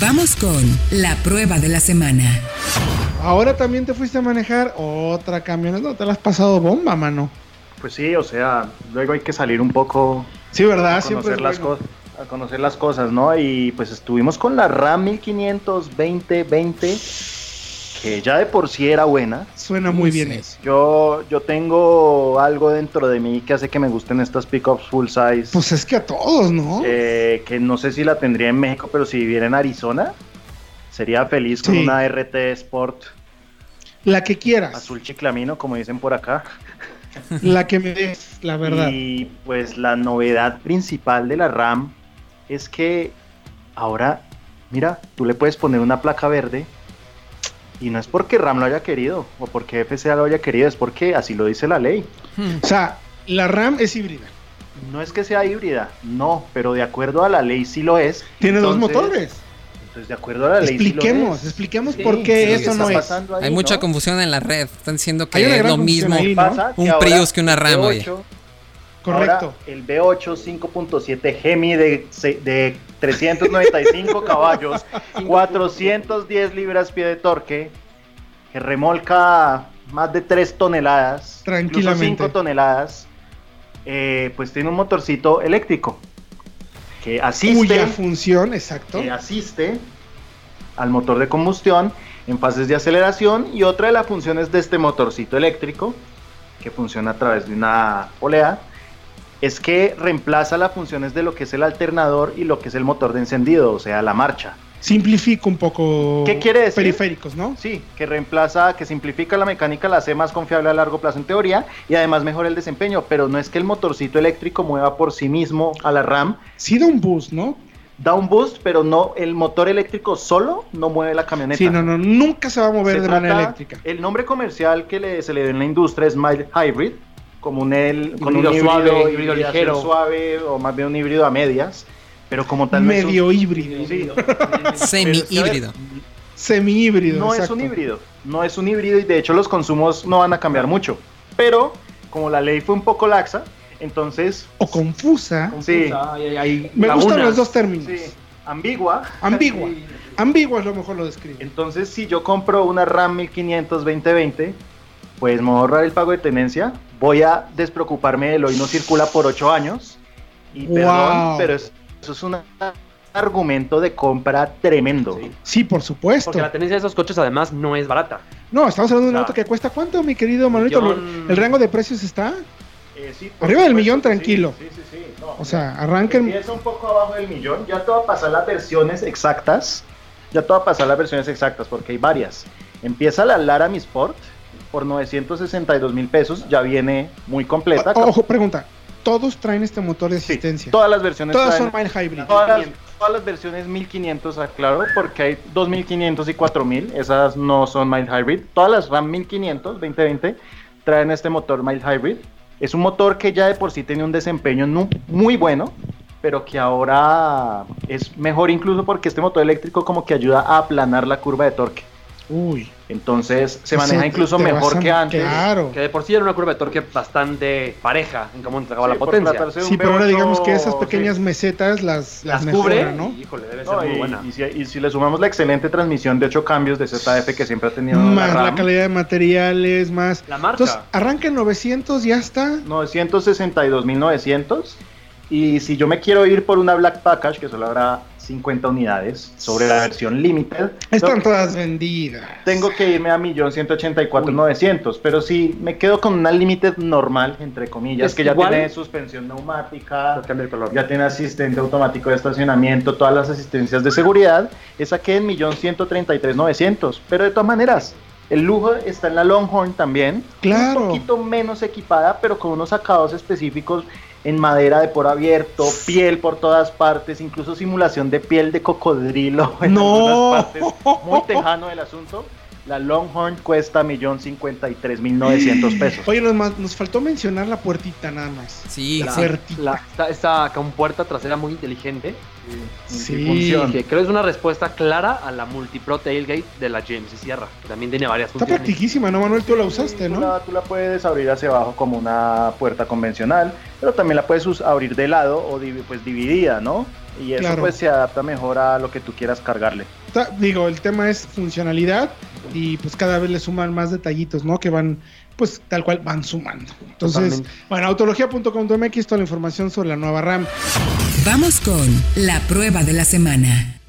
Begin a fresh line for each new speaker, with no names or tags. Vamos con la prueba de la semana.
Ahora también te fuiste a manejar otra camioneta. Te la has pasado bomba, mano.
Pues sí, o sea, luego hay que salir un poco
Sí, ¿verdad?
a
Ah, Siempre
conocer,
es
las,
bueno.
cosas, a conocer las cosas, ¿no? Y pues estuvimos con la RAM 1520-20, que ya de por sí era buena.
Suena muy bien eso.
Yo, yo tengo algo dentro de mí que hace que me gusten estas pickups full size.
Pues es que a todos, ¿no?
eh, que no sé si la tendría en México, pero si viviera en Arizona, sería feliz con
Sí. Pues
una RT Sport
la que quieras.
azul chiclamino, como dicen por acá.
La que me des, la verdad.
Y pues la novedad principal de la RAM es que ahora, mira, tú le puedes poner una placa verde y no es porque RAM lo haya querido o porque FCA lo haya querido, es porque así lo dice la ley.
O sea, la RAM es híbrida.
No es que sea híbrida, no, pero de acuerdo a la ley sí lo es.
Tiene dos
Entonces,
motores.
Entonces, de acuerdo a la ley sí lo
Expliquemos,
es.
expliquemos
Sí,
por qué
sí,
eso
está
no es.
pasando ahí,
Hay mucha
¿no?
confusión en la red. Están diciendo
Hay una
que es
gran
lo
confusión
mismo.
ahí.
Pasa
Un
que ahora
Prius que una
el
RAM, oye.
V8,
Correcto.
Ahora, el V8 5.7 Gemi de, se- de 395 caballos, 410 libras pie de torque, que remolca más de 3 toneladas,
Tranquilamente.
5 toneladas, eh, pues tiene un motorcito eléctrico que asiste,
Cuya función, exacto.
que asiste al motor de combustión en fases de aceleración y otra de las funciones de este motorcito eléctrico que funciona a través de una polea es que reemplaza las funciones de lo que es el alternador y lo que es el motor de encendido, o sea, la marcha.
Simplifica un poco
¿Qué quiere decir?
periféricos, ¿no?
Sí, que reemplaza, que simplifica la mecánica, la hace más confiable a largo plazo en teoría y además mejora el desempeño, pero no es que el motorcito eléctrico mueva por sí mismo a la RAM,
Sí da un boost, ¿no?
da un boost, pero no el motor eléctrico solo no mueve la camioneta.
Sí, no, no, nunca se va a mover
Se
de manera
trata-
eléctrica.
El nombre comercial que le- se le dio en la industria es mild hybrid, como un, el, con un
Híbrido
híbrido,
suave,
híbrido
híbrido
ligero,
ligero.
suave o más bien un híbrido a medias, pero como tal no es un-
Medio híbrido.
Sí,
Semi-híbrido.
Semi híbrido.
no es un híbrido, no es un híbrido y de hecho los consumos no van a cambiar mucho. Pero como la ley fue un poco laxa, entonces
O confusa.
sí,
Me gustan
Lagunas.
los dos términos.
sí, ambigua.
Ambigua. Ambigua es lo mejor lo describe.
Entonces, si yo compro una RAM 1500 2020, pues me voy a ahorrar el pago de tenencia, voy a despreocuparme del hoy no circula por 8 años. Y
Wow.
perdón, pero es- eso es un argumento de compra tremendo.
Sí, por supuesto.
Porque la tenencia de esos coches además no es barata.
No, estamos hablando de un
Nah.
auto que cuesta cuánto, mi querido Manuelito.
Millón.
¿El rango de precios está?
Eh, sí, por
Arriba del
supuesto,
millón,
sí,
tranquilo.
Sí, sí, sí, no,
O sea, arranquen.
Empieza un poco abajo del millón, ya te va a pasar las versiones exactas. Ya te va a pasar las versiones exactas porque hay varias. Empieza la Lara Mi Sport por 962 mil pesos, ya viene muy completa.
O- Ojo, pregunta. Todos traen este motor de
Sí,
asistencia.
todas las versiones
Todas
traen- este
son mild hybrid.
todas las, todas las versiones 1500, aclaro, porque hay 2500 y 4000, esas no son mild hybrid. Todas las RAM 1500 2020 traen este motor mild hybrid. Es un motor que ya de por sí tenía un desempeño nu- muy bueno, pero que ahora es mejor incluso porque este motor eléctrico como que ayuda a aplanar la curva de torque.
Uy.
Entonces se
Eso
maneja
te-
incluso
te
mejor
vas
que
a-
antes.
Claro.
Que de por sí era una curva de torque bastante pareja en cómo entregaba
Sí,
la
por
potencia.
tratarse de un
Sí, pero ahora
V8,
digamos que esas
sí.
pequeñas mesetas las, las,
Las cubre.
mejora, ¿no?
y, Híjole, debe ser
No,
muy
y,
buena.
y si, y si le sumamos la excelente transmisión de 8 cambios de ZF que siempre ha tenido
Más
la
la
RAM,
calidad de materiales, más.
La marca.
Entonces, arranca en 900, ya está.
962.900 y si yo me quiero ir por una Black Package que solo habrá 50 unidades sobre la versión Limited,
Están
no,
todas vendidas.
tengo que irme a 1.184.900, pero si me quedo con una Limited normal, entre comillas,
Es
que ya
igual.
tiene suspensión neumática,
Pero cambia el color.
ya tiene asistente automático de estacionamiento, todas las asistencias de seguridad, esa que en 1.133.900. Pero de todas maneras, el lujo está en la Longhorn también.
Claro.
Un poquito menos equipada, pero con unos acabados específicos en madera de por abierto, piel por todas partes, incluso simulación de piel de cocodrilo en
No.
algunas partes. Muy tejano el asunto. La Longhorn cuesta 1.053.900 pesos.
Oye, nos, ma- nos faltó mencionar la puertita nada más.
Sí,
La
sí.
puertita.
La- esta, esta compuerta trasera muy inteligente.
Sí.
Función.
Que creo es una respuesta clara a la multipro tailgate de la James y Sierra. Que también tiene varias
Está
funciones.
practiquísima, ¿no, Manuel? Tú la
Sí,
usaste,
tú
¿no?
la- tú la puedes abrir hacia abajo como una puerta convencional, pero también la puedes us- abrir de lado o divi- pues dividida, ¿no? Y eso
Claro.
pues se adapta mejor a lo que tú quieras cargarle.
Ta- Digo, el tema es funcionalidad y pues cada vez le suman más detallitos, ¿no? Que van, pues tal cual van sumando. Entonces,
Totalmente.
bueno, autología.com.mx, toda la información sobre la nueva RAM.
Vamos con la prueba de la semana.